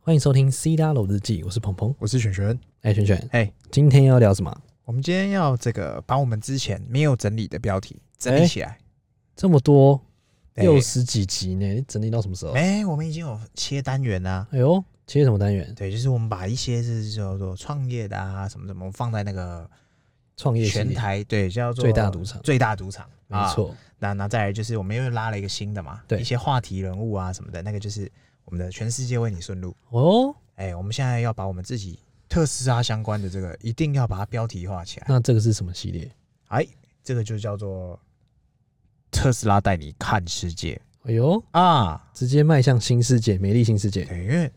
欢迎收听《C 大楼日记》，我是鹏鹏。我是璇璇。哎，璇璇，哎，今天要聊什么？我们今天要这个把我们之前没有整理的标题整理起来。这么多哎六十几集呢，你整理到什么时候？哎、我们已经有切单元啦、哎呦，切什么单元？对，就是我们把一些是叫做创业的啊，什么什么放在那个创业系全列，台，对，叫做最大赌场最大赌场，没错。啊。那那再来就是我们又拉了一个新的嘛，对一些话题人物啊什么的，那个就是我们的全世界为你顺路。哦，哎、我们现在要把我们自己特斯拉相关的这个一定要把它标题化起来。那这个是什么系列？哎，这个就叫做特斯拉带你看世界哎呦，啊。直接迈向新世界，美丽新世界。对，因为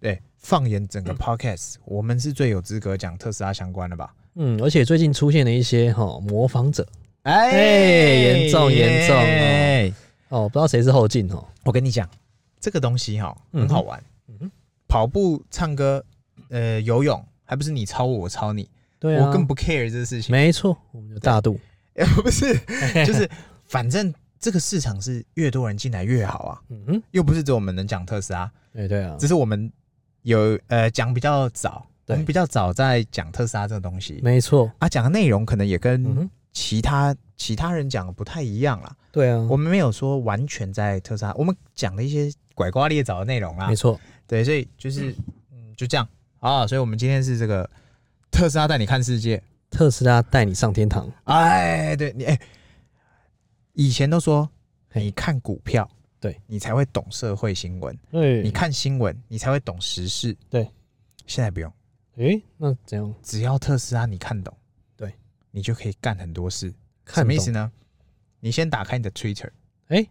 对，放眼整个嗯 podcast，、我们是最有资格讲特斯拉相关的吧？嗯，而且最近出现了一些哈、模仿者哎严重严重哦哦，不知道谁是后进哦。我跟你讲，这个东西哈、嗯很好玩。嗯哼跑步、唱歌、呃，游泳，还不是你抄我，我抄你，对啊，我更不 care 这个事情。没错，我们有大度，哎 不是，就是反正这个市场是越多人进来越好啊， 嗯哼，又不是只有我们能讲特斯拉，对对啊，只是我们有呃讲比较早，我对们比较早在讲特斯拉这个东西没错，啊，讲的内容可能也跟嗯哼，其他其他人讲的不太一样啦。对啊，我们没有说完全在特斯拉，我们讲了一些拐瓜裂枣的内容啦没。错，对，所以就是嗯，就这样啊。所以我们今天是这个特斯拉带你看世界。特斯拉带你上天堂，哎，对你哎，以前都说嘿你看股票，对你才会懂社会新闻，哎你看新闻你才会懂时事。对，现在不用，诶，那怎样只要特斯拉你看懂，对你就可以干很多事。看什么意懂思？呢？你先打开你的 Twitter，哎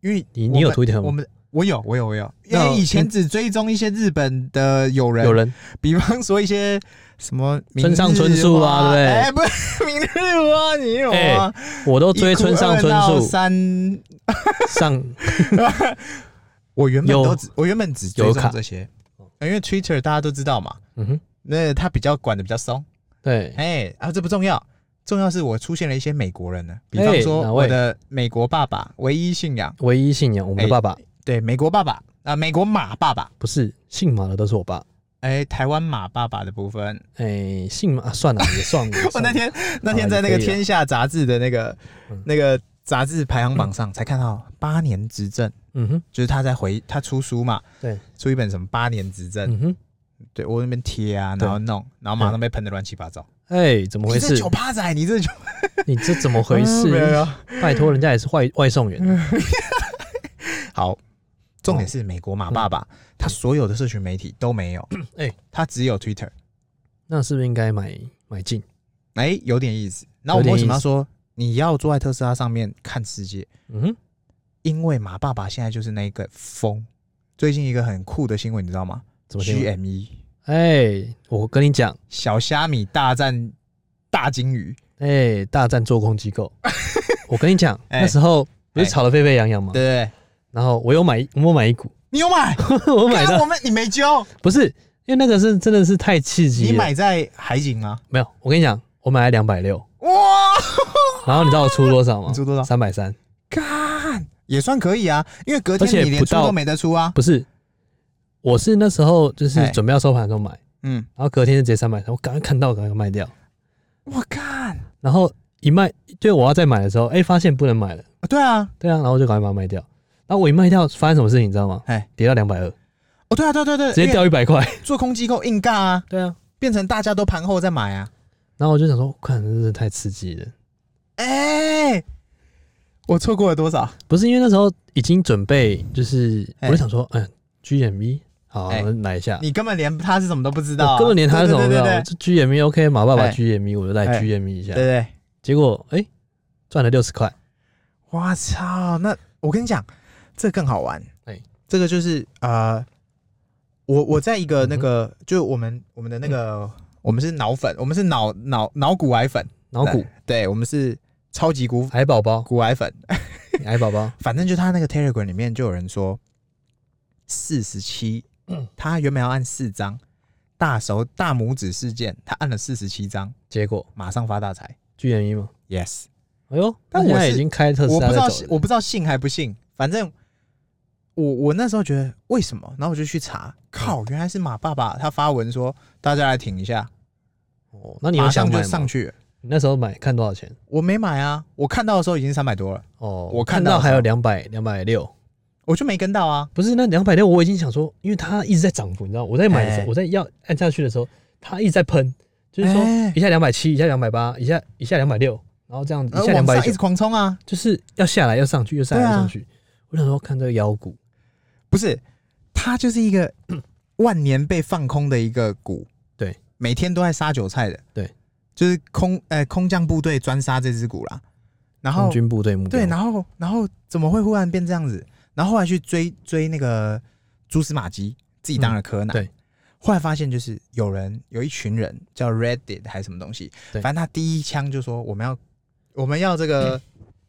因为你我你有们 Twitter 我吗？们我有我有我有，因那为以前只追踪一些日本的友人，有人比方说一些什么明日村上春树啊花 对不对哎，不是明日花，你有吗？我都追村上春树三，上，我原本有都只我原本只追有踪卡这些，因为 Twitter 大家都知道嘛，嗯哼，那他比较管的比较松，对，哎啊这不重要。重要是我出现了一些美国人呢，比方哎哪说位我的美国爸爸唯一信仰，唯一信仰我们的哎爸爸对美国爸爸啊、美国马爸爸，不是姓马的都是我爸，哎，台湾马爸爸的部分，哎，姓马啊算了，也算 了。我算那了天那天在那也个《可以啊天下》杂志的那个、嗯那个杂志排行榜上才看到八年执政，嗯哼，就是他在回他出书嘛，对，出一本什么八年执政，嗯哼，对我那边贴啊，对然后弄，然后马上被喷的乱七八糟。哎，怎么回你这事九？八仔，你这九你这怎么回 没有没事？有 拜托，人家也是外外送员，啊好，重点是美国马爸爸，他所有的社群媒体都没有，哦嗯 哎他只有 Twitter，那是不是应该买买进？哎、有点意思。那我有点们为什么意要思说你要坐在特斯拉上面看世界？嗯哼，因为马爸爸现在就是那个风。最近一个很酷的新闻，你知道吗怎么新闻？ ？GME 哎，我跟你讲，小虾米大战大金鱼，哎，大战做空机 构，我跟你讲，哎那时候不是哎炒得沸沸扬扬吗对不？对？然后我有买，我买一股，你有买？ 我买干到 我们你没揪，不是，因为那个是真的是太刺激了。你买在海景吗？没有？我跟你讲，我买了两百六，哇，然后你知道我出多少吗？你 出多少三百三，干也算可以啊，因为隔而且天你连不出到都没得出啊。不是，我是那时候就是哎准备要收盘的时候买，嗯，然后隔天就直接三百三，我赶快看到，赶快卖掉，我干，然后一卖，对我要再买的时候，哎、发现不能买了，啊对啊，对啊，然后我就赶快把它卖掉。然后我一卖掉，发生什么事情你知道吗？哎，跌到两百二，哦对啊对啊对啊对啊，直接掉一百块。因为做 空机构硬尬啊，对啊，变成大家都盘后再买啊。然后我就想说，看真是太刺激了。哎，我错过了多少？不是因为那时候已经准备，就是我哎就想说，嗯，GMV 好，哎来一下。你根本连他是什么都不知道啊，我根本连他是什么都不知道，对对对对这 GME OK，马爸爸哎 GME 我就来哎 GME E 一下对，对对，结果哎赚了六十块，我操！那我跟你讲，这更好玩。哎这个就是呃，我我在一个嗯哼嗯那个，就我们我们的那个，我们是脑粉，我们是脑脑脑骨癌粉，脑骨对，我们是超级骨矮宝宝，骨癌粉。矮宝宝，反正就他那个 Telegram 里面就有人说，四十七，嗯他原本要按四张，大手大拇指事件，他按了四十七张，结果马上发大财。 GME 嘛， Yes，哎呦，但他我现在已是经开特斯我不拉知道在信走我了，不知道信还不信，反正我我那时候觉得为什么，然后我就去查，嗯靠，原来是马爸爸他发文说大家来挺一下，哦，那你有马想上买就吗上去了。你那时候买看多少钱？我没买啊，我看到的时候已经三百多了，哦，我看到到还有的两百两百六，我就没跟到啊。不是那两百六，我已经想说，因为它一直在涨幅，你知道，我在买的时哎候，我在要按下去的时候，它一直在喷，就是说哎一下两百七，一下两百八，一下一下两百六，然后这样子呃一下两往百上一九直，狂冲啊！就是要下来，要上去，又下来，对又啊上去。我想说看这个妖股，不是，它就是一 个万年被放空的一个股，对，每天都在杀韭菜的，对，就是空呃空降部队专杀这只股啦。然空后军部队目标，对，然后然后怎么会忽然变这样子？然后后来去追追那个蛛丝马迹，自己当了柯南。嗯对，后来发现就是有人有一群人叫 Reddit 还是什么东西，对反正他第一枪就说我们要我们要这 个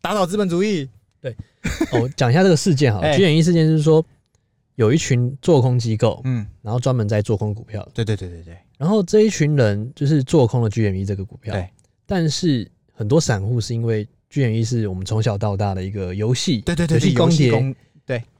打倒资本主义，哦，我讲一下这个事件好了。 哎居远一事件就是说，有一群做空机构，嗯，然后专门在做空股票的，对对对对对，然后这一群人就是做空了 GME 这个股票，对但是很多散户是因为 GME 是我们从小到大的一个游戏，对对对游戏对，公游戏碟公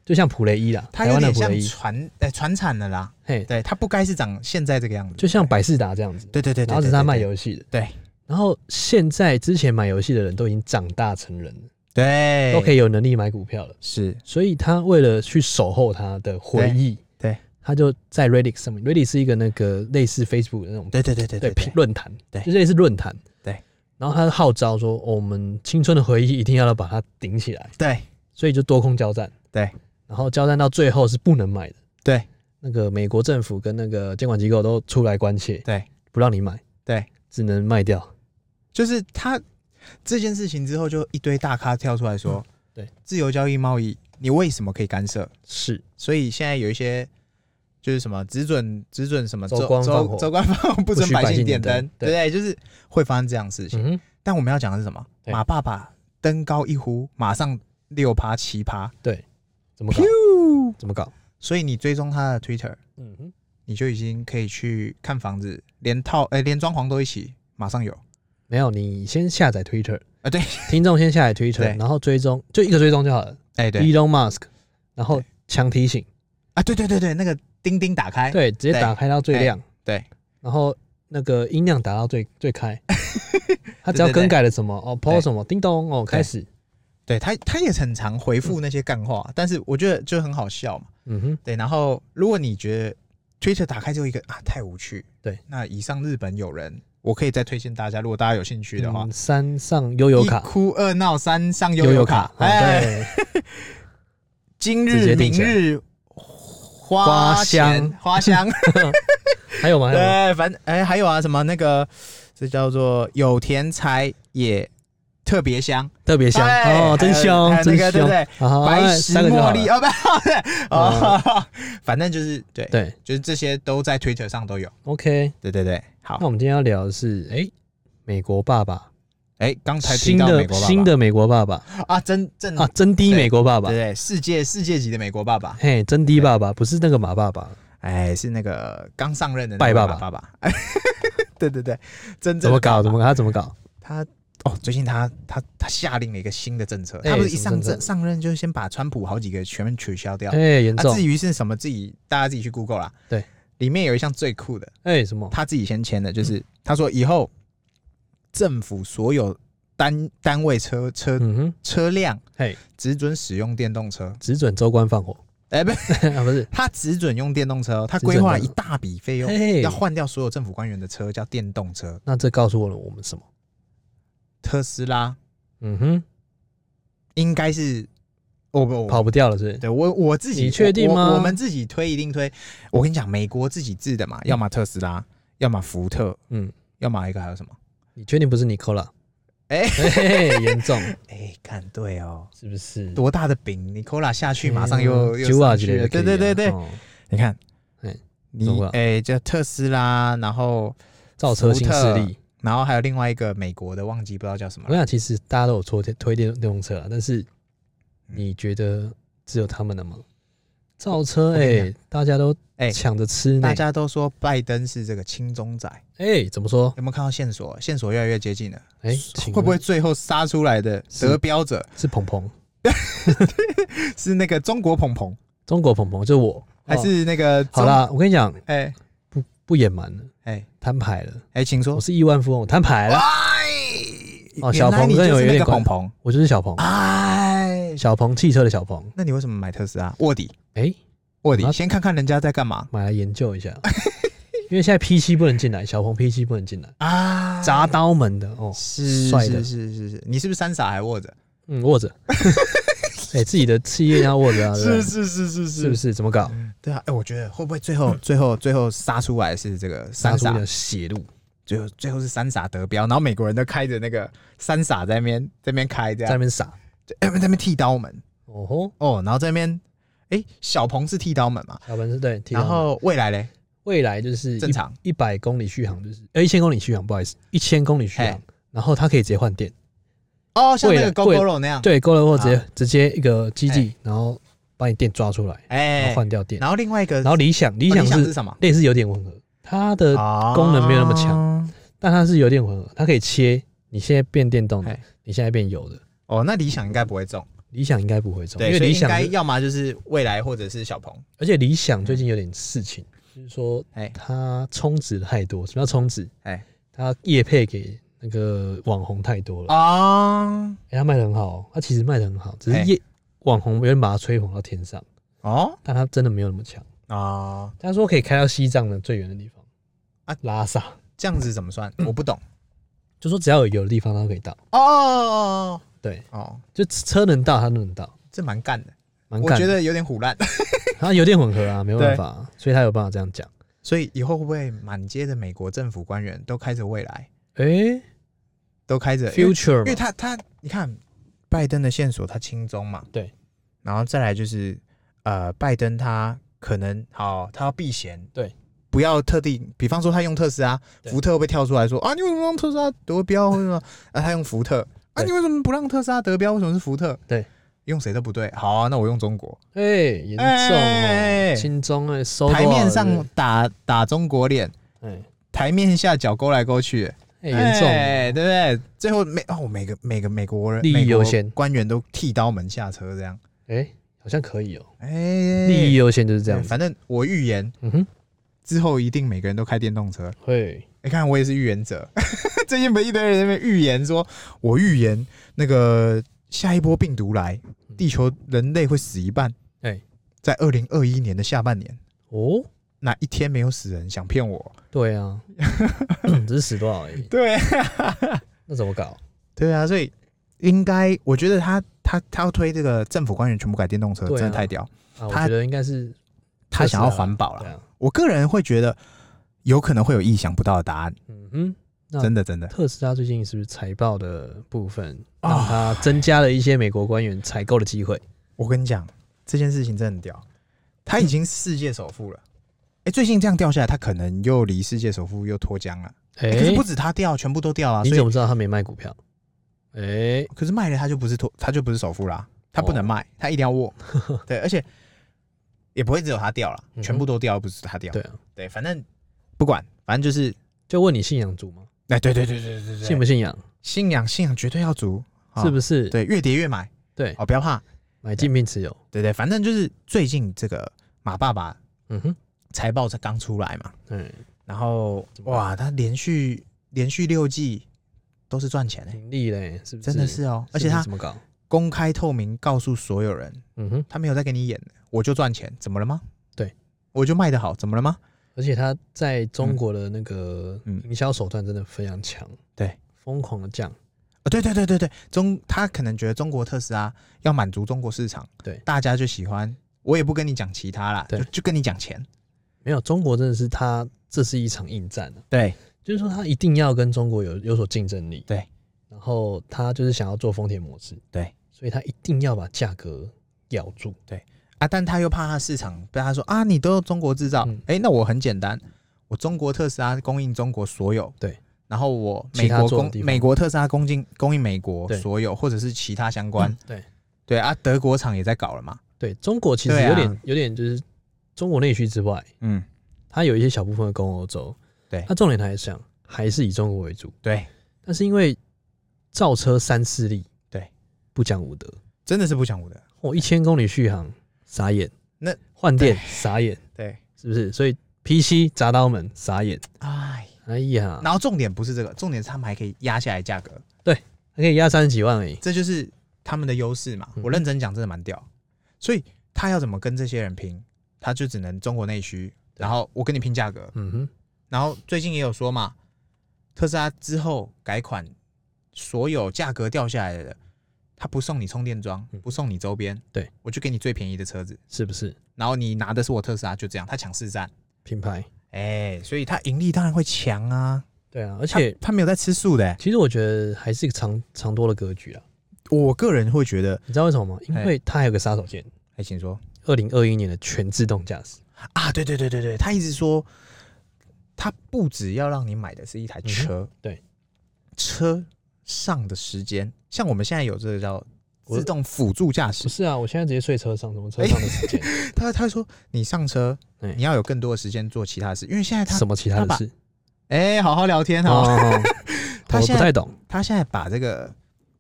就像普雷伊啦，它台有湾的点普像雷伊，传呃传产的啦，嘿，对，它不该是长现在这个样子，就像百事达这样子，对对对对，然后只是对他卖，对游戏的，对对。然后现在之前买游戏的人都已经长大成人了，对，都可以有能力买股票了，是所以他为了去守候他的回忆，对对他就在 Reddit 上面，Reddit 是一个那个类似 Facebook 的那种对对对对对对评对论坛，对就是类似论坛，对。然后他号召说、哦我们青春的回忆一定要把它顶起来，对所以就多空交战，对。然后交战到最后是不能买的，对。那个美国政府跟那个监管机构都出来关切，对，不让你买，对，只能卖掉。就是他这件事情之后，就一堆大咖跳出来说，嗯对，自由交易贸易，你为什么可以干涉？是，所以现在有一些就是什么只准只准什么走光放火走走光放火不准许百百姓姓点点灯，灯对不对？就是会发生这样的事情。嗯哼，但我们要讲的是什么？对马爸爸登高一呼，马上六趴七趴，怎么搞？怎么搞？所以你追踪他的 Twitter，嗯哼，你就已经可以去看房子，连套哎、连装潢都一起，马上有没有，你先下载 Twitter 啊对，听众先下载对 Twitter，然后追踪，就一个追踪就好了。哎、对 Elon Musk，然后对强提醒，啊对对对对，那个钉钉打开，对，直接对打开到最哎亮，对然后那个音量打到最最 开，他只要对对对更改了什么哦对，PO 什么，叮咚哦，开始，对，他他也很常回复那些干话，但是我觉得就很好笑嘛。嗯哼，对，然后如果你觉得 Twitter 打开之后一个啊太无趣，对，那以上日本友人，我可以再推荐大家，如果大家有兴趣的话，嗯三上悠悠一卡，哭二闹三上悠悠悠悠卡卡，，哎，哦今直接日定明起来日花钱香花香，对，还有吗？还有吗对，反正哎、还有啊什么那个，这叫做有田财也特别香，特别香对哦，真还香，有还有哎真那个对不香，对？好白哎石三个就好了嗯茉莉哦，不对哦， 反正就是对，对就是这些都在 Twitter 上都有。 ，OK，对对对，好那，我们今天要聊的是，哎，美国爸爸，哎，刚才提新到美的国爸爸新的美国爸爸啊，真正啊，真滴对美国爸爸对，对，世界世界级的美国爸爸，嘿，真滴爸爸不是那个马爸爸，哎，是那个刚上任的那拜个爸爸爸爸， 哎对对对，真正怎么搞？怎么么搞？他怎么搞？他？哦，最近他他他下令了一个新的政策，哎他不是一什么上政策阵上任就先把川普好几个全面取消掉，哎，严啊，重至，于是什么，自己大家自己去 Google 啦。对，里面有一项最酷的，哎，什么？他自己先签的，就是他说以后政府所有单单位车车嗯哼，车辆嘿，只准使用电动车，只准州官放火 哎，不，啊，不是，他只准用电动车哦，他只准规划了电一动大笔费用，嘿要，换掉所有政府官员的车，叫电动车。那这告诉了我们什么？特斯拉嗯哼，应该是，我不，跑我不掉了，是不是？对我我自己，你确定我吗我我们自己推一定推。我跟你讲，美国自己制的嘛，要么特斯拉，要么福特，嗯，要么一个还有什么？你确定不是尼科拉？哎嘿嘿嘿严重哎，看对哦，是不是？多大的饼，Nicola 下去马上又又九啊上之去类了的，对对对对，哦你看哎，怎你么了哎，这特斯拉，然后造车新势福力。然后还有另外一个美国的，忘记不知道叫什么我了。想，其实大家都有推电推电动车啊，但是你觉得只有他们了吗？造车嗯我跟你哎，大家都哎抢着吃呢大。家都说拜登是这个亲中仔，哎，怎么说？有没有看到线索？线索越来越接近了，哎，请会不会问最后杀出来的是得标者是鹏鹏？是那个中国鹏鹏？中国鹏鹏就是我，还哦是那个好了，啦，我跟你讲，哎不不隐瞒了，哎摊牌了，哎，请说我。是亿万富翁，我摊牌了，哎哦小鹏鹏真的有有点鹏啊管鹏，我就是小鹏，哎，小鹏汽车的小鹏，那你为什么买特斯拉？卧底，哎、卧底，啊先看看人家在干嘛买来研究 一下，因为现在 P 七不能进来，小鹏 P 七不能进来，啊？砸刀门的哦，是帅是的是是是，你是不是三傻还握着？嗯，握 着，哎、自己的企业要握着啊，对不对是是是是不，是？怎么搞？对啊，哎，我觉得会不会最后最后最后杀出来是这个杀三出一傻条血路，最后最后是三傻得标，然后美国人都开着那个三傻在那边在那边开这在那样，哎边傻。在那边剃刀门哦吼，哦，然后在那边，哎，小鹏是剃刀门嘛，小鹏是对，提到然后未来嘞，未来就是一正常一百公里续航，就是呃一千公里续航，不好意思，一千公里续嘿航，然后它可以直接换电，哦，像那未个来 GoGoRo 那样，对，够了或直啊接直接一个基地，然后把你电抓出来，然哎后，换掉电。然后另外一个然后理想理哦想是是什么？类似有点混合，它的功功能没有那么强。哦但它是有点混合，它可以切，你现在变电动的嘿，你现在变油的，哦，那理想应该不会中，理想应该不会中，对，因为所以理应想该是，要么就是未来或者是小鹏，而且理嗯想最近有点事情，就是说哎它充值太多，什么叫充值？哎它业配给那个网红太多了，啊哎、它卖的很好哦，它其实卖的很好，只是哎业网红有人把它吹捧到天上，哦但它真的没有那么强。啊，他说可以开到西藏的最远的地方啊啊，拉萨，这样子怎么嗯算？我不懂就说只要有油的地方，它都可以到。哦对，哦，就车能到，它都能到，这蛮干的，蛮我干的。觉得有点虎烂，它有点混合啊，没办法啊、所以他有办法这样讲。所以以后会不会满街的美国政府官员都开着未来，哎、都开着 f u t u r 因为 e 嘛，他他你看，拜登的线索他轻中嘛，对，然后再来就是呃，拜登他可能好，他要避嫌，对，不要特定，比方说他用特斯拉，对福特会被跳出来说啊，你为什么让特斯拉得 标？为什么？啊，他用福特啊，对你为什么不让特斯拉得标？为什么是福特？对。用谁都不对，好啊，那我用中国，哎、严重哎哦，轻中哎、收多少台面对上不打打中国脸，对哎台面下脚勾来勾去，哎严重哦、哎对不对？最后每哦每个每个美国人利益美国优先官员都剃刀门下车这样，哎、好像可以哦、哎，利益优先就是这样子。对哎反正我预言嗯哼，之后一定每个人都开电动车。会你、看，我也是预言者。 最近不是一堆人在那边预言说，我预言那个下一波病毒来，地球人类会死一半。哎在二零二一年的下半年，哦，哪一天没有死人？想骗我？对啊， 只是死多少而已，对那怎么搞？对啊，所以应该，我觉得他他他要推这个政府官员全部改电动车，对啊真的太屌。啊，我他觉得应该是他想要特斯拉环保对了，啊，我个人会觉得有可能会有意想不到的答案，嗯哼。那真的真的。特斯拉最近是不是财报的部分啊让它增加了一些美国官员采购的机会？我跟你讲，这件事情真的很屌，他已经世界首富了。哎、最近这样掉下来，他可能又离世界首富又脱缰了、哎、诶可是不止他掉，全部都掉啊。你所怎以，么知道他没卖股票？哎、可是卖了他就不是脱，他就不是首富啦，他不能卖，他一定要 握。对，而且也不会只有他掉了，哼全部都掉，不是他掉。对啊，嗯对，反正不管，反正就是，就问你信仰足吗？哎、对对对对对对，信不信仰？信仰信仰绝对要足，啊是不是？对，越跌越买，对哦，不要怕，买进并持有。对对，反正就是最近这个马爸爸嗯哼，财报才刚出来嘛，嗯，然后怎么办哇，他连续连续六季都是赚钱的、盈利嘞，是不是？真的是哦、不而是且他怎么搞？公开透明告诉所有人，嗯哼，他没有在给你演，我就赚钱，怎么了吗？对，我就卖得好，怎么了吗？而且他在中国的那个嗯营销手段真的非常强，对，疯狂的降，啊、对对对对对，中他可能觉得中国特斯拉要满足中国市场，对大家就喜欢，我也不跟你讲其他啦，对就就跟你讲钱，没有中国真的是他这是一场硬战啊，对就是说他一定要跟中国有有所竞争力，对，然后他就是想要做丰田模式，对，所以他一定要把价格咬住，啊，但他又怕他市场被他说啊，你都中国制造，嗯哎、那我很简单，我中国特斯拉供应中国所有，对，然后我其美他国做的供地方美国特斯拉供应供应美国对嗯所有，或者是其他相关，对对啊，德国厂也在搞了嘛，对，中国其实对啊有点、有点就是中国内需之外，嗯，它有一些小部分会供欧洲，对它重点还是想还是以中国为主，对，但是因为造车三势力，对，不讲武德，哦真的是不讲武德，我一千公里续航，傻眼，那换电傻眼，对，是不是？所以 P 七砸到门傻眼，哎，哎呀，然后重点不是这个，重点是他们还可以压下来价格，还可以压三十几万而已。这就是他们的优势嘛。嗯我认真讲，真的蛮屌。所以他要怎么跟这些人拼，他就只能中国内需，对然后我跟你拼价格。嗯哼，然后最近也有说嘛，特斯拉之后改款，所有价格掉下来的，他不送你充电桩，嗯不送你周边，对我就给你最便宜的车子，是不是然后你拿的是我特斯拉，就这样，他抢市占，品牌？哎、所以他盈利当然会强啊，对啊，而他且他没有在吃素的、其实我觉得还是一个长长多的格局啊。我个人会觉得，你知道为什么吗？因哎为它还有个杀手锏，哎、请说二零二一年的全自动驾驶。啊，对对对对对，他一直说，他不只要让你买的是一台车，对，车上的时间，像我们现在有这个叫我自动辅助驾驶不，是啊，我现在直接睡车上，什么车上的时间？他他会说你上车，哎你要有更多的时间做其他事，因为现在他什么其他的事？哎、好好聊天哦。 哦，他我不现在太懂。他现在把这个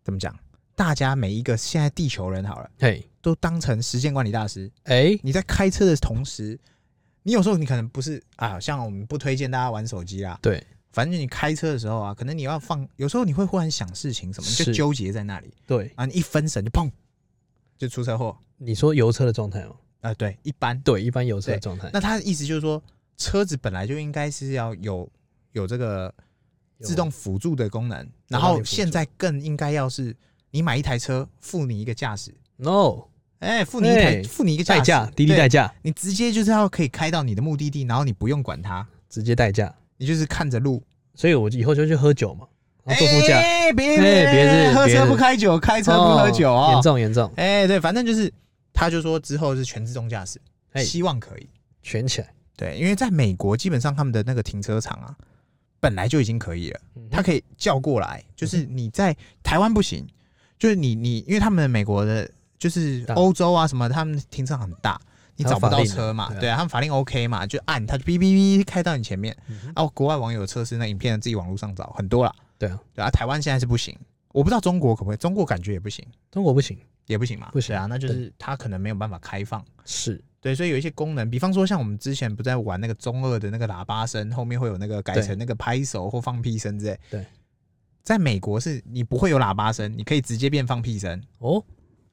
怎么讲？大家每一个现在地球人好了，嘿，都当成时间管理大师。哎，你在开车的同时，你有时候你可能不是啊，像我们不推荐大家玩手机啦。对，反正你开车的时候啊，可能你要放，有时候你会忽然想事情什么，你就是纠结在那里对，啊，你一分神就砰，就出车祸你说油车的状态吗？哦啊、对，一般对，一般油车的状态。那他的意思就是说，车子本来就应该是要有有这个自动辅助的功能，然后现在更应该要是你买一台车，付你一个驾驶， no 哎、付你一台，对付你一个驾代驶驾，滴滴对代驾，你直接就是要可以开到你的目的地，然后你不用管它，直接代驾。你就是看着路，所以我以后就去喝酒嘛，然哦后坐副驾，哎、别哎别是喝别车是不开酒，开车不喝酒哦哦严，重严重，哎、对，反正就是他就说之后是全自动驾驶，哎，希望可以。卷起来。对，因为在美国基本上他们的那个停车场啊，本来就已经可以了，嗯它可以叫过来，就是你在台湾不行，就是你你因为他们美国的，就是大欧洲啊什么，他们停车场很大，你他有找不法到令的车嘛，对啊对啊，他们法令 OK 嘛，就按它就哔哔哔开到你前面嗯哼啊。国外网友有测试那影片，自己网络上找很多啦，对啊，对啊，台湾现在是不行，我不知道中国可不可以，中国感觉也不行，中国不行，也不行嘛，不行对啊，那就是它可能没有办法开放。是对，所以有一些功能，比方说像我们之前不在玩那个中二的那个喇叭声，后面会有那个改对成那个拍手或放屁声之类。对，在美国是你不会有喇叭声，你可以直接变放屁声，哦，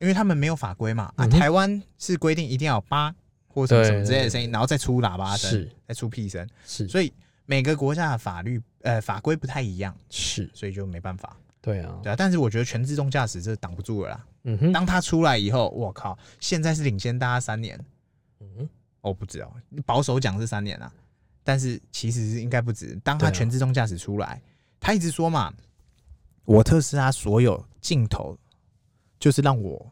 因为他们没有法规嘛。啊，嗯哼台湾是规定一定要有叭或什么对什么之类的对声音，然后再出喇叭声是，再出屁声，是所以每个国家的法律呃法规不太一样，是，所以就没办法。对啊，对啊，但是我觉得全自动驾驶这挡不住了啦。嗯哼，当它出来以后，我靠，现在是领先大家三年。嗯哼我哦不知道，保守讲是三年啊，但是其实是应该不止。当对他啊全自动驾驶出来，他一直说嘛，我特斯拉所有镜头就是让我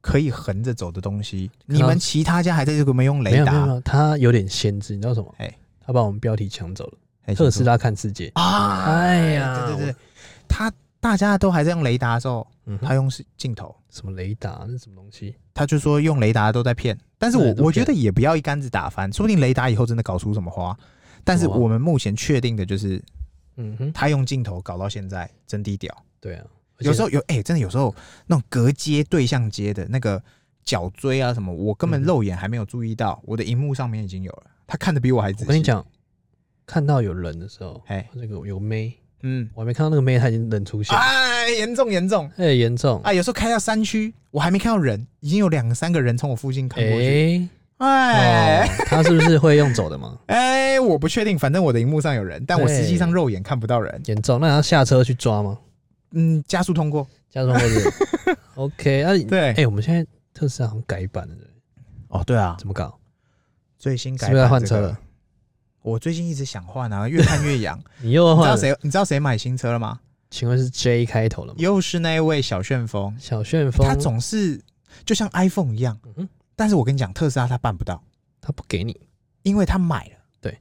可以横着走的东西，看到你们其他家还在这个没用没雷有没有没达，有，他有点先知，你知道什么哎？他把我们标题抢走了。哎特斯拉看世界，啊，哎呀对对对，他大家都还在用雷达的时候，嗯哼，他用是镜头，什么雷达那是什么东西？他就说用雷达都在骗，但是对我都骗我觉得也不要一竿子打翻，说不定雷达以后真的搞出什么花。但是什么花我们目前确定的就是，嗯哼，他用镜头搞到现在，真低调。对啊，而且有时候有哎、真的有时候那种隔街对象街的那个角锥啊什么，我根本嗯肉眼还没有注意到，我的荧幕上面已经有了。他看的比我还仔细。我跟你，讲，看到有人的时候，哎，那个有妹，嗯，我还没看到那个妹，她已经人出现了，哎，严重严重哎、严重，啊！有时候开到山区，我还没看到人，已经有两三个人从我附近看过去。哎、哎哦，她是不是会用走的 嘛？哎，我不确定，反正我的荧幕上有人，但我实际上对肉眼看不到人。严重，那她下车去抓吗？嗯，加速通过，加装或 者 OK，那、啊、对哎、，我们现在特斯拉好像改版了，对不对哦，对啊，怎么搞？最新改是不是要版换这车个了？我最近一直想换啊，越看越痒。你又要你知道换了？谁？你知道谁买新车了吗？请问是 J 开头的吗？又是那一位小旋风，小旋风，他总是就像 iPhone 一样。嗯哼但是我跟你讲，特斯拉他办不到，他不给你，因为他买了，对，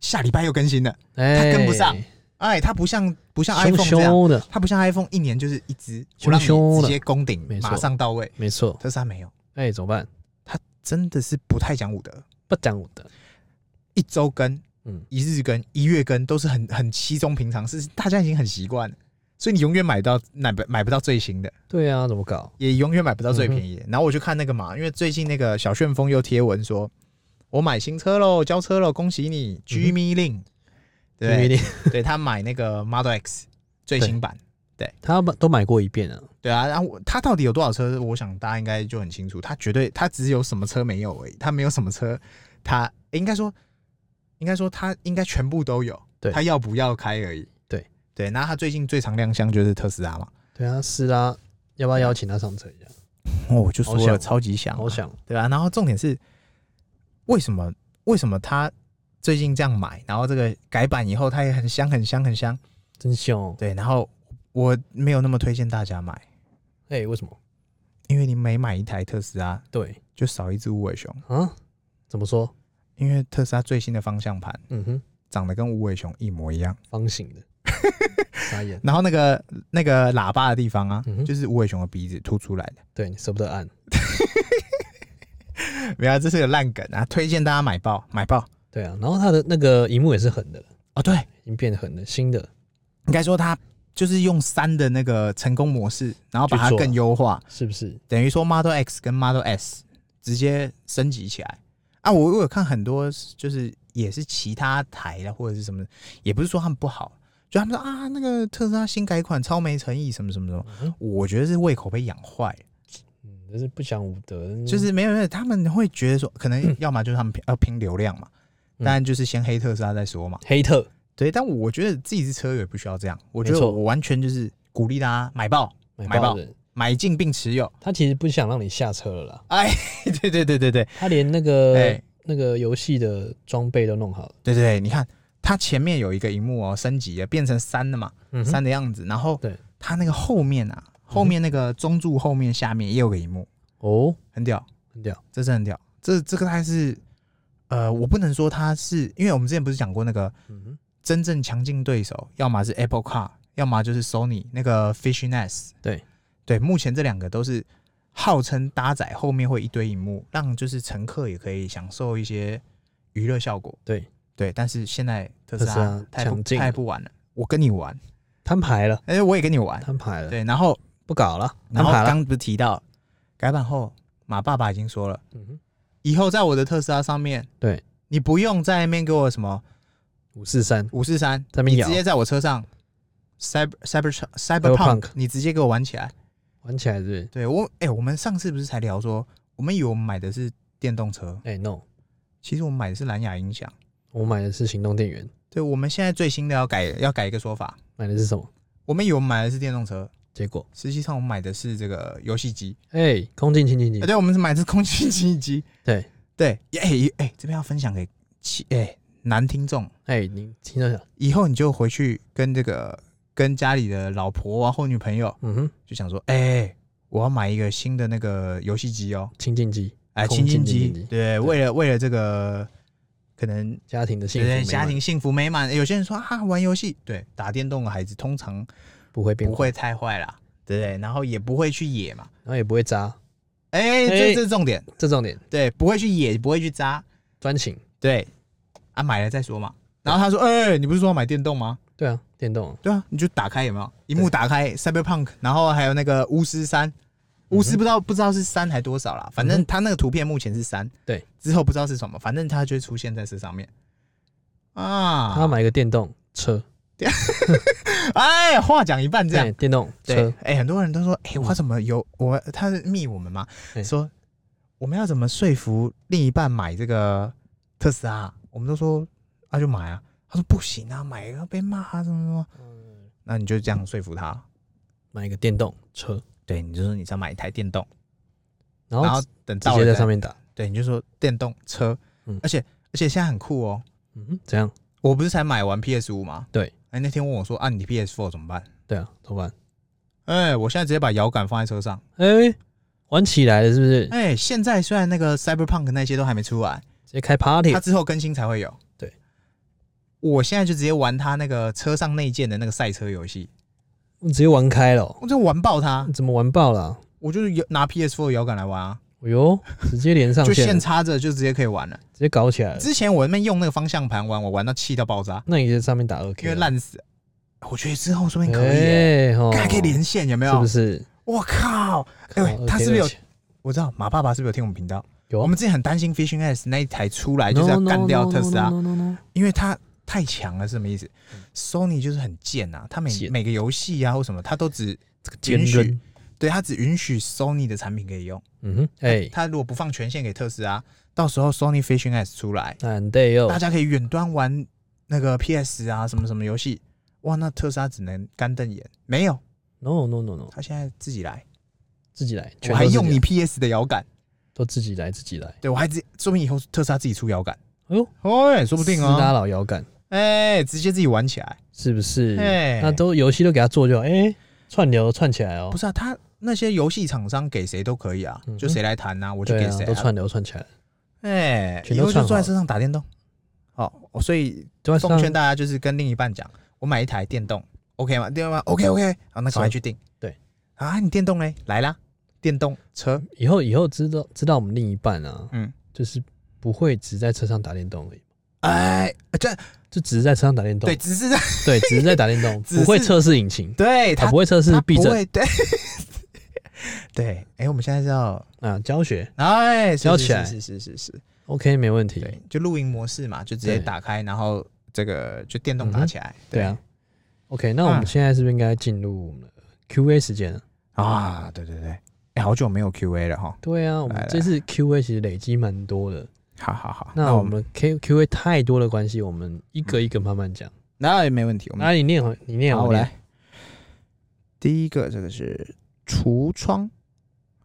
下礼拜又更新了。哎、跟不上哎，他不像不像凶 iPhone 这样，凶的，他不像 iPhone 一年就是一只，我凶让凶你直的接攻顶没，错马上到位。没错，特斯拉没有，哎、怎么办？真的是不太讲武德，不讲武德，一周更。嗯一日更、一月更都是很很稀松平常，是大家已经很习惯了。所以你永远买到买不买不到最新的，对啊，怎么搞？也永远买不到最便宜的。然后我就看那个嘛，因为最近那个小旋风又贴文说，我买新车喽，交车喽，恭喜你，G m i Lin，因为对你对，他买那个 Model X 最新版， 他们都买过一遍啊，对啊，然后我他到底有多少车？我想大家应该就很清楚，他绝对他只有什么车没有而已，他没有什么车，他、诶应该说应该说他应该全部都有，对他要不要开而已，对对。那他最近最常亮相就是特斯拉嘛，对啊，是啦，要不要邀请他上车一下？哦，我就说好了想超级想啊，好想，对啊，然后重点是为什么为什么他最近这样买，然后这个改版以后它也很香很香很香，真香！对，然后我没有那么推荐大家买，哎、为什么？因为你每买一台特斯拉对就少一只无尾熊。啊，怎么说？因为特斯拉最新的方向盘嗯哼，长得跟无尾熊一模一样，方形的， 傻眼。然后那个那个喇叭的地方啊，嗯哼就是无尾熊的鼻子凸出来的。对你舍不得按，没有啊，这是个烂梗啊，推荐大家买爆买爆对啊。然后它的那个荧幕也是横的了，哦。对，已经变横的，新的应该说它就是用三的那个成功模式，然后把它去做啊更优化，是不是？等于说 Model X 跟 Model S 直接升级起来啊。我我有看很多就是也是其他台的或者是什么，也不是说他们不好，就他们说啊那个特斯拉新改款超没诚意什么什么什么，嗯哼我觉得是胃口被养坏了。嗯，就是不讲武德，就是没有没有，他们会觉得说，可能要 么就是他们拼要拼流量嘛，嗯当然就是先黑特斯拉再说嘛。黑特，对，但我觉得自己是车友也不需要这样，我觉得没错我完全就是鼓励大家买爆、买买爆爆的人。买进并持有。 他其实不想让你下车了啦，哎，对对对对对他连那个、哎那个游戏的装备都弄好了，对对，你看它前面有一个荧幕哦，升级了变成三了嘛，嗯三的样子。然后对它那个后面啊，后面那个中柱后面下面也有个荧幕，哦，很屌。很屌，这真的很屌。这这个它是，呃，我不能说它是，因为我们之前不是讲过那个嗯哼，真正强劲对手，要么是 Apple Car，要么就是 Sony 那个 Fishness。对对，目前这两个都是号称搭载后面会一堆荧幕，让就是乘客也可以享受一些娱乐效果。对对，但是现在特斯特斯拉拉太不强劲了太不玩了，我跟你玩，摊牌了，哎、我也跟 你玩。摊牌了，对，然后不搞了，摊然后牌了，刚不是提到改版后，马爸爸已经说了。嗯哼，以后在我的特斯拉上面，对你不用在那边给我什么五四三，五四三，在那边你摇直接在我车上 cyber cyber cyberpunk， Cyberpunk 你直接给我玩起来。玩起来是不是？对我，哎、我们上次不是才聊说，我们以为我们买的是电动车，哎、no，其实我们买的是蓝牙音响。我买的是行动电源，对，我们现在最新的要改要改一个说法，买的是什么？我们以为我们买的是电动车，结果，实际上我们买的是这个游戏机。哎、空进清清哎、清，对，我们是买的是空气净化机。对，对，哎、哎、哎这边要分享给其哎、男听众，哎、你听到想，以后你就回去跟这个跟家里的老婆啊或女朋友，嗯哼，就想说，哎、我要买一个新的那个游戏机哦，清净机，哎，空清净净机净机，对，为了为了这个可能家庭的幸福美对满，家庭幸福美满，有些人说啊，玩游戏，对，打电动的孩子通常不会变不，会太坏啦，对不对？然后也不会去野嘛，然后也不会渣，哎、这哎这是重点，这重点，对，不会去野，不会去扎，专情，对，啊，买了再说嘛。然后他说，哎、你不是说要买电动吗？对啊，电动啊，对啊，你就打开有没有？荧幕打开 Cyberpunk，然后还有那个巫师三，巫师不知道、不知道是三还多少啦，反正嗯哼它那个图片目前是三，对，之后不知道是什么，反正它就会出现在这上面。他要啊，买一个电动车，哎，话讲一半这样对，，电动对车，，哎，很多人都说，哎，我怎么有我？他是密我们吗？对说我们要怎么说服另一半买这个特斯拉？我们都说啊，就买啊。他说不行啊，买要被骂啊，什么什么。嗯那你就这样说服他，买一个电动车，对，你就说你再买一台电动。然然后后等直到接了在再上，面打，对，你就说电动车，嗯而且而且现在很酷哦。嗯哼，怎样？我不是才买完 PS 五吗？对，哎，那天问我说啊，你 PS Four 怎么办？对啊，怎么办？哎，我现在直接把摇杆放在车上。哎、玩起来了是不是？哎，现在虽然那个 Cyberpunk 那些都还没出来，直接开 party，它之后更新才会有。哎对，我现在就直接玩它那个车上内建的那个赛车游戏，直接玩开了哦、我就玩爆它，怎么玩爆了、啊？我就是有拿 PS Four 摇杆来玩啊，哎呦，直接连上就线线了，插着就直接可以玩了。直接搞起来了。之前我那边用那个方向盘玩，我玩到气到爆炸，那你在上面打二 K，啊因为烂死了。我觉得之后说不定可以耶、哎吼看可以连线有没是有不？是？哦我靠！哎靠喂，他是不是有2029？我知道马爸爸是不是有听我们频道？有啊我们之前很担心 Fishing S 那一台出来就是要干掉特斯拉，因为它太强了，是什么意思？Sony 就是很贱呐、它每贱每个游戏啊或什么，它都只坚允许韧，对它只允许 Sony 的产品可以用。嗯哼，哎，它如果不放权限给特斯拉，到时候 Sony Fishing S 出来，难得哟哎大，家可以远端玩那个 PS 啊什么什么游戏，哇，那特斯拉只能干瞪眼。没有， no no no no，它现在自己来，自己来，全我都还自己用来你 PS 的摇杆，都自己来自己来，对我还直说明以后特斯拉自己出摇杆，哎呦，啊哎，说不定斯拉哦，老摇杆哎，直接自己玩起来。是不是？哎那都游戏都给他做就好，哎，串流串起来哦不，是啊，他那些游戏厂商给谁都可以啊，嗯就谁来谈啊，我就对给啊谁、，都串流串起来，哎、全以都后就串好坐在车上打电动。哦，哦所以都在奉上劝大家就是跟另一半讲，我买一台电动，OK 吗？电动吗？OK OK，好，那赶快去订。对啊，你电动嘞，来啦，电动车，以后以后知道知道我们另一半啊，嗯，就是不会只在车上打电动而已，哎，这就只是在车上打电动对，，只是在对，只是在打电动， 只是，不会测试引擎对他他不会测试他避不震会 对对，哎、我们现在是要啊，教学哎，是教是起来是是是是是， OK 没问题，对，就露营模式嘛，就直对接打开，然后这个就电动嗯打哼起来，对啊。OK，那我嗯们现在是不是应该进入我们的 Q&A 时间了？啊，对对对，哎、好久没有 Q&A 了哈。对啊，我来们来这次 Q&A 其实累积蛮多的。好好好，那我们 Q Q&A 太多的关系，我们一个一个慢慢讲。那也没问题，我们那你念好，你念嗯好，好，我念。来。第一个这个是橱窗，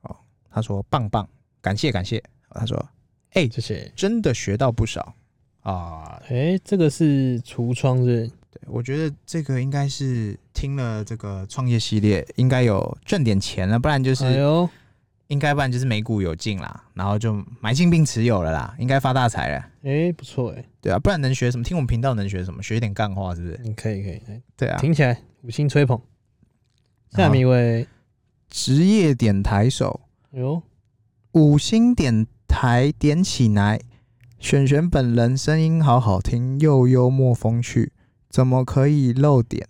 哦，他说棒棒，感谢感谢。他说谢谢。真的学到不少啊，哎，这个是橱窗是不是对我觉得这个应该是听了这个创业系列，应该有挣点钱了，不然就是、哎呦，应该不然就是美股有进啦，然后就买进并持有了啦，应该发大财了。哎，不错哎，对啊，不然能学什么？听我们频道能学什么？学一点干话是不是？嗯，可以可以，来对啊，挺起来，五星吹捧。下面一位，职业点台手，哎呦，五星点台点起来。璇璇本人声音好好听，又幽默风趣，怎么可以漏点？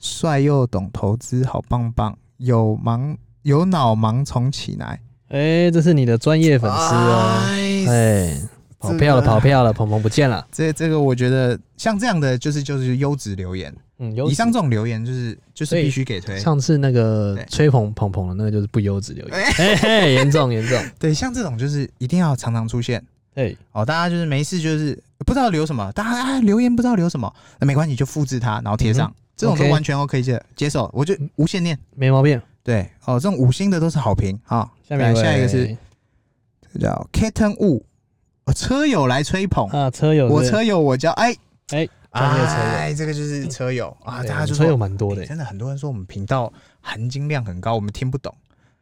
帅又懂投资，好棒棒！有盲有脑盲从起来，哎，这是你的专业粉丝啊哦。哎，跑票了，这个跑票了，鹏鹏不见了。这这个我觉得像这样的就是就是优质留言，嗯，有以上这种留言就是就是所以必须给推。上次那个对吹捧捧捧的那个就是不优质留言，嘿嘿，严重严重。 对，像这种就是一定要常常出现。哎，哦，大家就是没事就是不知道留什么，大家啊留言不知道留什么，那没关系，就复制它，然后贴上，嗯这种都 OK 嗯完全 OK 接接受，我就无限念。没毛病。对，哦，这种五星的都是好评啊。好下面来位下一个是这个叫 Kitten Wu，哦车友来吹捧，啊，车友是不我是，呃车友我叫哎哎，专业车友哎，这个就是车友啊，对大家就车友说。蛮多哎的，真的很多人说我们频道含金量很高，我们听不懂，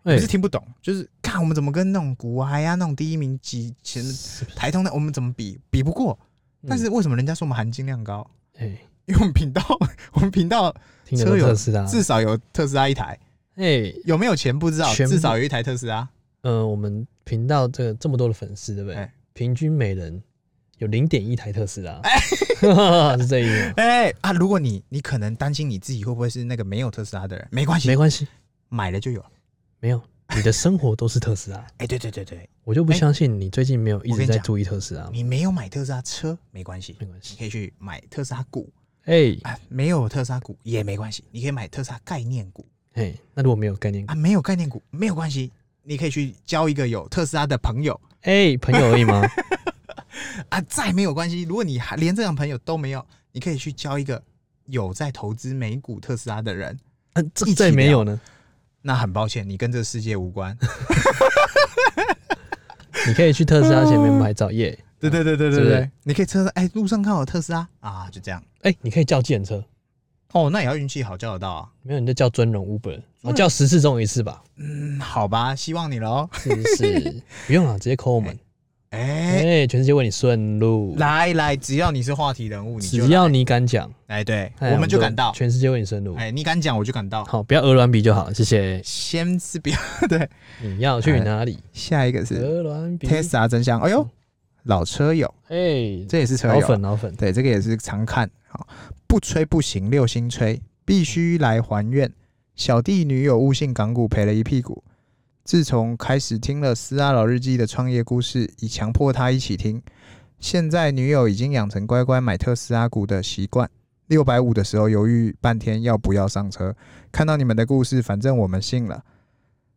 哎不是听不懂，就是看我们怎么跟那种古埃啊、那种第一名几前 哎台通的，我们怎么比比不过。嗯但是为什么人家说我们含金量高？ 哎，因为我们频道， 我们频道听得懂车友特斯拉，至少有特斯拉一台，哎，有没有钱不知道，全部至少有一台特斯拉。呃，我们频道这个这么多的粉丝，对不对哎？平均每人有零点一台特斯拉， 是这意思吗？哎、啊，如果你你可能担心你自己会不会是那个没有特斯拉的人，没关系没，关系，买了就有了。没有，你的生活都是特斯拉，哎、对对对对，我就不哎相信你最近没有一我跟直你在讲注意特斯拉，你没有买特斯拉车没关系，没关系你。可以去买特斯拉股哎啊，没有特斯拉股也没关系，你可以买特斯拉概念股哎，那如果没有概念股啊，，没有概念股没有关系，你可以去交一个有特斯拉的朋友哎，朋友而已 吗？啊，再没有关系。如果你还连这样朋友都没有，你可以去交一个有在投资美股特斯拉的人。啊一这起再没有呢？那很抱歉，你跟这个世界无关。 你可以去特斯拉前面拍嗯照耶。对对对对对对，你可以车上哎，路上看我特斯拉啊，就这样。哎，你可以叫计程车，哦，那也要运气好叫得到啊。没有你就叫尊荣 Uber，我叫十次中一次吧，嗯，好吧，希望你喽。是不 是？不用了，直接扣我们。哎，哎，全世界为你顺路，来来，只要你是话题人物，你就只要你敢讲，哎，对，哎我们就都赶到。全世界为你顺路。哎，你敢讲我就敢到。好，不要鹅卵比就好，谢谢。先是不要 对，你要去哪里？下一个是鹅卵呃比。哎 Tesla 真相。哎呦，老车友，哎，这也是车老友啊。粉老粉，对，这个也是常看。好，不吹不行，六星吹，必须来还愿。小弟女友误信港股，赔了一屁股。自从开始听了斯拉老日记的创业故事，已强迫他一起听。现在女友已经养成乖乖买特斯拉股的习惯。六百五的时候犹豫半天要不要上车，看到你们的故事，反正我们信了。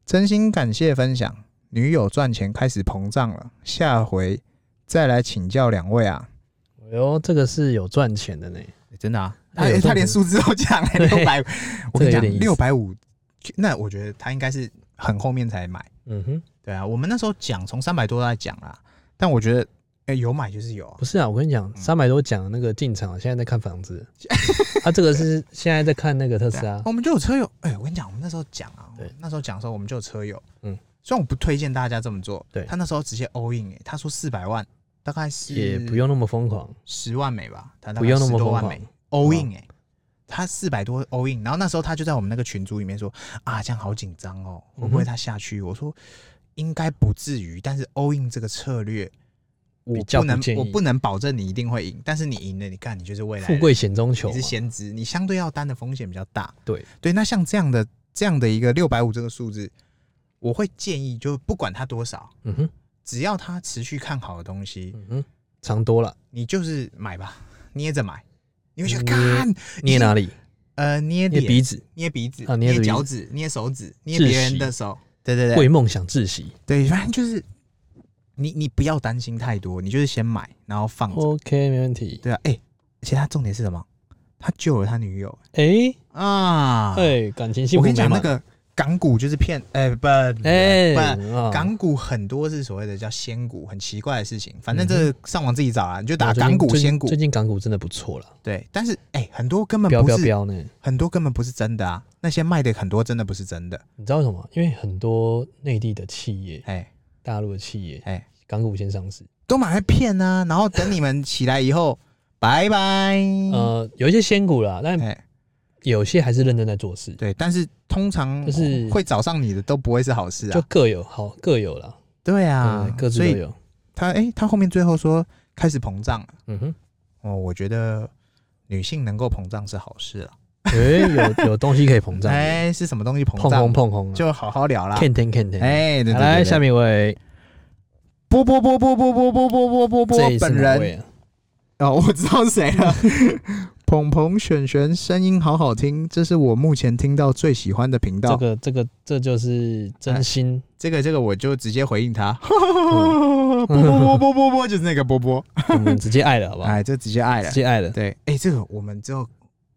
真心感谢分享，女友赚钱开始膨胀了，下回再来请教两位啊。哎呦，这个是有赚钱的呢。欸真的啊，他他有欸他动连的数字都讲了，对 六百，我跟这个有你讲，点意思六百五，那我觉得他应该是很后面才买。嗯哼，对啊，我们那时候讲从三百多都在讲啦，但我觉得，哎、有买就是有啊不。是啊，我跟你讲，三百多讲那个进场，现在在看房子， 他、这个是现在在看那个特斯对啊拉，我们就有车友。哎、我跟你讲，我们那时候讲啊，对那时候讲的时候我们就有车友。嗯，虽然我不推荐大家这么做，对他那时候直接 all in，哎、他说四百万，大概是也不用那么疯狂，十万美吧，他大不概用那嗯十么多疯万狂美。all in 哎、嗯他四百多 all in，然后那时候他就在我们那个群组里面说啊，这样好紧张哦，会不嗯会哼他下去？我说应该不至于，但是 all in 这个策略，我比较不不能建我议不能保证你一定会赢，但是你赢了，你看你就是未来富人贵啊险中求你嘛是。先知，你相对要担的风险比较大。对对，那像这样的这样的一个六百五这个数字，我会建议就不管它多少，嗯哼，只要他持续看好的东西，嗯哼，长多了，你就是买吧，捏着买，你会觉得捏看捏哪里？呃捏捏脸鼻子，捏鼻子、啊捏鼻子脚趾、捏手指、捏窒别人息的手，对对对为梦想窒息。对，反正就是你你不要担心太多，你就是先买，然后放着。 OK，没问题。对啊，哎、而且他重点是什么？他救了他女友哎、啊！哎、感情幸我福跟你讲，美满那个港股就是骗，哎、不，哎、不。啊港股很多是所谓的叫仙股，很奇怪的事情。反正这个上网自己找啊，你就打啊嗯最近港股最近仙股最。近港股真的不错了，对，但是哎、很多根本飙不飙是，飙呢。很多根本不是真的啊。那些卖的很多真的不是真的。你知道为什么？因为很多内地的企业、哎、大陆的企业，哎、港股先上市。都买来骗啊，然后等你们起来以后，拜拜。呃，有一些仙股啦，但嗯哎，有些还是认真在做事，对，但是通常就是会找上你的都不会是好事就啊。各有好各有啦，对啊对，各自所都以有。他哎、他后面最后说开始膨胀了。嗯哼，哦，我觉得女性能够膨胀是好事了。哎、 有有东西可以膨胀，哎、是什么东西膨碰胀？碰碰碰啊，就好好聊啦。看天看天。哎、对对对好来，对下面一位，波波波波波波波波波波这波一次本哪人位啊？哦，我知道是谁了。鹏鹏璇璇声音好好听，这是我目前听到最喜欢的频道这。个这个这就是真心，这个这个我就直接回应 他，嗯波波波波波波就是那个波波，我们直接爱了，好不好？哎 哎，这直接爱了直。接爱了，对，哎，这个我们之后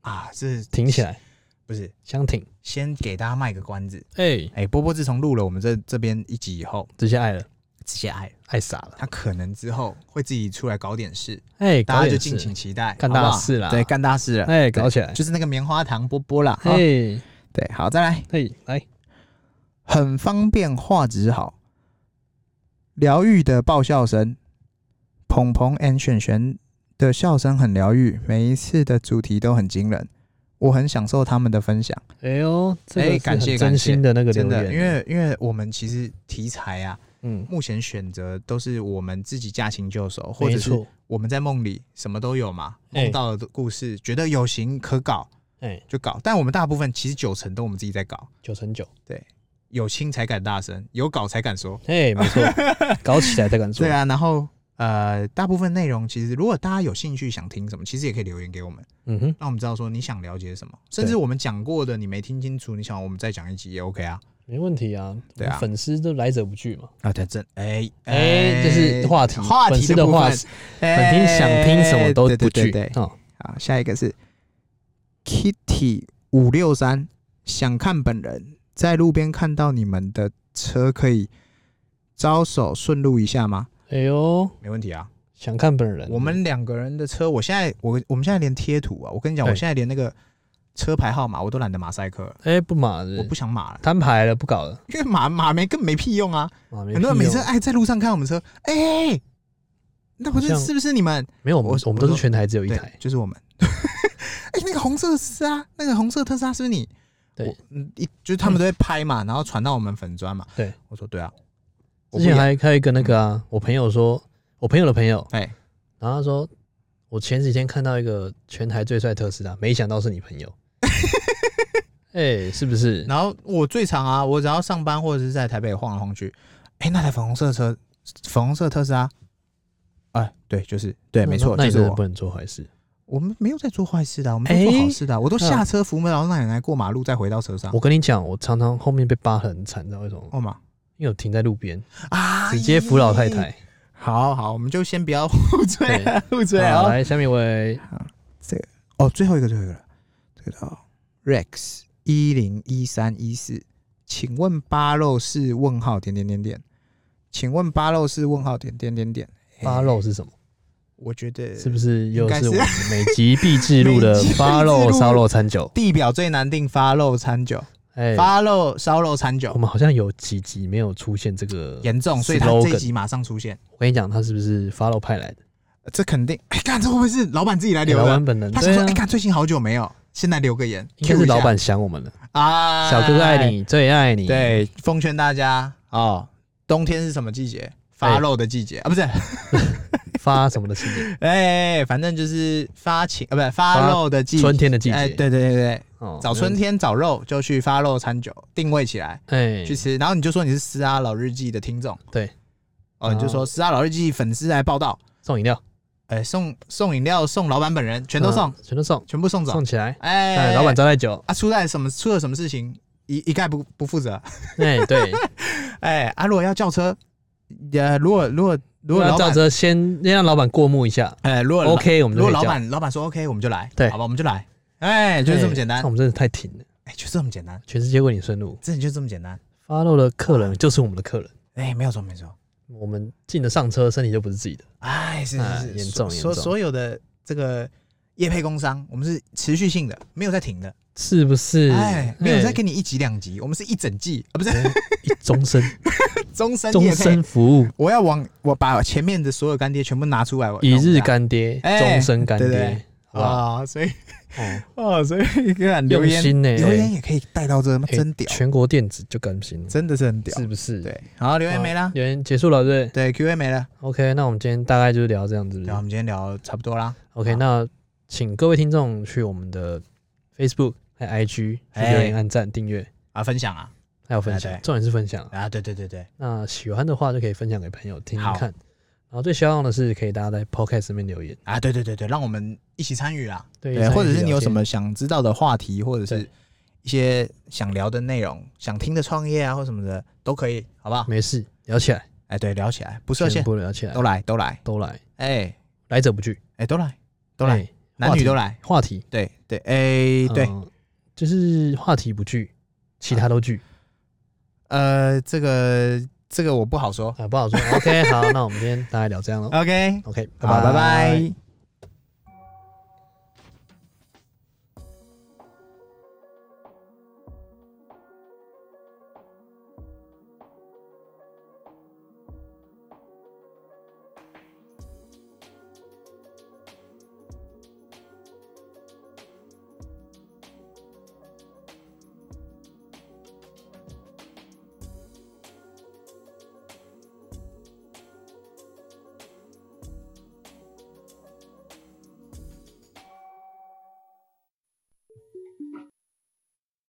啊，这挺起来，不是相挺。先给大家卖个关子。哎、哎，波波自从录了我们这这边一集以后，直接爱了，直接爱了，爱傻了。他可能之后会自己出来搞点事，哎、搞大家就点敬事请期待，干好不好大事啦对，干大事了，哎、搞起来。就是那个棉花糖波波啦。好嘿，对，好，再来。嘿，来，很方便，画质好，疗愈的爆笑声，鹏鹏 and 璇璇的笑声很疗愈，每一次的主题都很惊人，我很享受他们的分享，哎呦，这哎个是感谢很感真谢心的那个真留的，言，因为因为我们其实题材啊，嗯，目前选择都是我们自己驾轻就熟，或者没是错，我们在梦里什么都有嘛，哎梦到的故事，觉得有形可搞哎、就搞，但我们大部分其实九成都我们自己在搞，九成九，有轻才敢大声，有搞才敢说。哎，没 错，搞起来再敢说，对，啊，然后呃，大部分内容其实如果大家有兴趣想听什么，其实也可以留言给我们，嗯哼，让我们知道说你想了解什么，甚至对我们讲过的你没听清楚，你想我们再讲一集也 OK 啊。没问题啊，对啊粉丝都来者不拒嘛，啊，对，真哎哎、就是话题，话粉题丝的部话分题，，粉听想听什么都哎不对对拒，对对哦，好，下一个是 Kitty 五六三，想看本人，在路边看到你们的车可以招手顺路一下吗？哎呦，没问题啊。想看本人，我们两个人的车，我现在我我们现在连贴图啊，我跟你讲，对我现在连那个车牌号码我都懒得马赛克了，哎、不马我了不，想马了， 摊牌了，不搞了，因为马马没更没屁用啊。啊，很很多人每次哎在路上看我们车，哎，那不是好像是不是你们？没有，我们我我们都我是全台只有一对台，，就是我们。 哎，那个红色是啊，那个红色特斯拉是不是你？对我，嗯，一就是他们都会拍嘛，然后传到我们粉砖嘛。对，我说对啊，我之不前演还还有一个那个啊，我朋友说，我朋友的朋友，哎然 后他说，我前几天看到一个全台最帅特斯拉，没想到是你朋友。哎、是不是？然后我最常啊，我只要上班或者是在台北晃来晃去，哎、那台粉红色车，粉红色特斯拉，哎、对，就是对，那哎没错，那就你是真的我不。能做坏事。我们没有在做坏事的啊，我们在做好诶事的啊、我都下车扶门，然后让奶奶过马路，再回到车上我。跟你讲，我常常后面被扒很惨，你知道为什么吗？哦嘛因为我停在路边，啊！直接扶老太。太。好好，我们就先不要 互追了，互追好啊！来，下面一位哦，最后一个，最后一个了，这个叫 Rex 一零一三一四，请问八肉是问号点点点点？请问八肉是问号点点点点？八肉是什么？我觉得是不是又哎应该是是我们每集必制录每 的集必八制肉录烧肉餐酒？地表最难定发肉餐酒，哎、发肉烧肉餐我酒们好像有几集没有出现这个。严重，所以他这 slogan 一集马上出现，我跟你讲，他是不是发肉派来的？呃这肯定。哎，看这会不会是老板自己来留老的板？本人他想对说，啊哎，，看最近好久没有，现在留个言，应该是 cue 一下老板想我们了。啊，小哥哥爱你，最爱你。，对，奉劝大家哦，冬天是什么季节？发肉的季哎节、啊，不是， 发什么的季节？哎、反正就是发情啊，不是发肉的季节，春天的季节。哎、对对对对，哦，嗯找春天找肉就去发肉餐酒定位起来、哎去，吃，然后你就说你是斯拉老日记的听众，对，哦，你就说斯拉老日记粉丝来报道，送饮料，哎、送送饮料，送老板本人，全都送，嗯全都送，全部送走送，起来。哎、哎，老板招待酒。啊，出在什么出了什么事情，一一概不不负责，哎，对，哎、啊，如果要叫车，呃，如果如果 如果那老照板着先让老板过目一下哎，如果老，OK，我们如就可以果老叫。板老板说 OK，我们就来，对好吧，我们就来，哎，就是这么简单哎那，我们真的太挺了，哎，就这么简单，全世界为你顺路。真的就这么简单，发肉的客人就是我们的客人，哎，没有错，没有错，我们进了上车，身体就不是自己的。哎，是哎是是，严所重严所重所有的这个业配工商，我们是持续性的，没有在停的，是不是？哎，没有在哎给你一集两集，我们是一整季啊，不是一终身 终身终业配身，服务，我要往我把前面的所有干爹全部拿出来，我一日干干爹，哎终身干对对爹，好不好？啊，所以哦，啊，所以看留用言心呢，留哎言也可以带到这，妈哎真屌，全国电子就甘心了，真的是很屌，是不是？对，好，留言好没啦。留言结束了，对不对对，Q&A 没了， OK，那我们今天大概就是聊这样子，是不是然后我们今天聊差不多啦。 OK，好那请各位听众去我们的 Facebook 还有 IG 去哎留言、按赞、订阅，啊，分享啊，还有分享哎，对重点是分享啊。啊，对对对对，那喜欢的话就可以分享给朋友听听好看。然后最希望的是，可以大家在 Podcast 里面留言，啊，对对对对，让我们一起参与啦。对对，参与或者是你聊有天什么想知道的话题，或者是对一些想聊的内容，想听的创业啊或什么的都可以，好不好？没事聊起来，哎，对，聊起来，不设全限，部聊起来都，来都来，都来，哎来者不拒，哎都来都来，哎，男话女题都来，话题，对对，哎对，嗯，就是话题不拒，其他都拒呃，这个这个我不好说。啊，不好说。OK，好，那我们今天大概聊这样喽。 OK， OK，好，拜拜。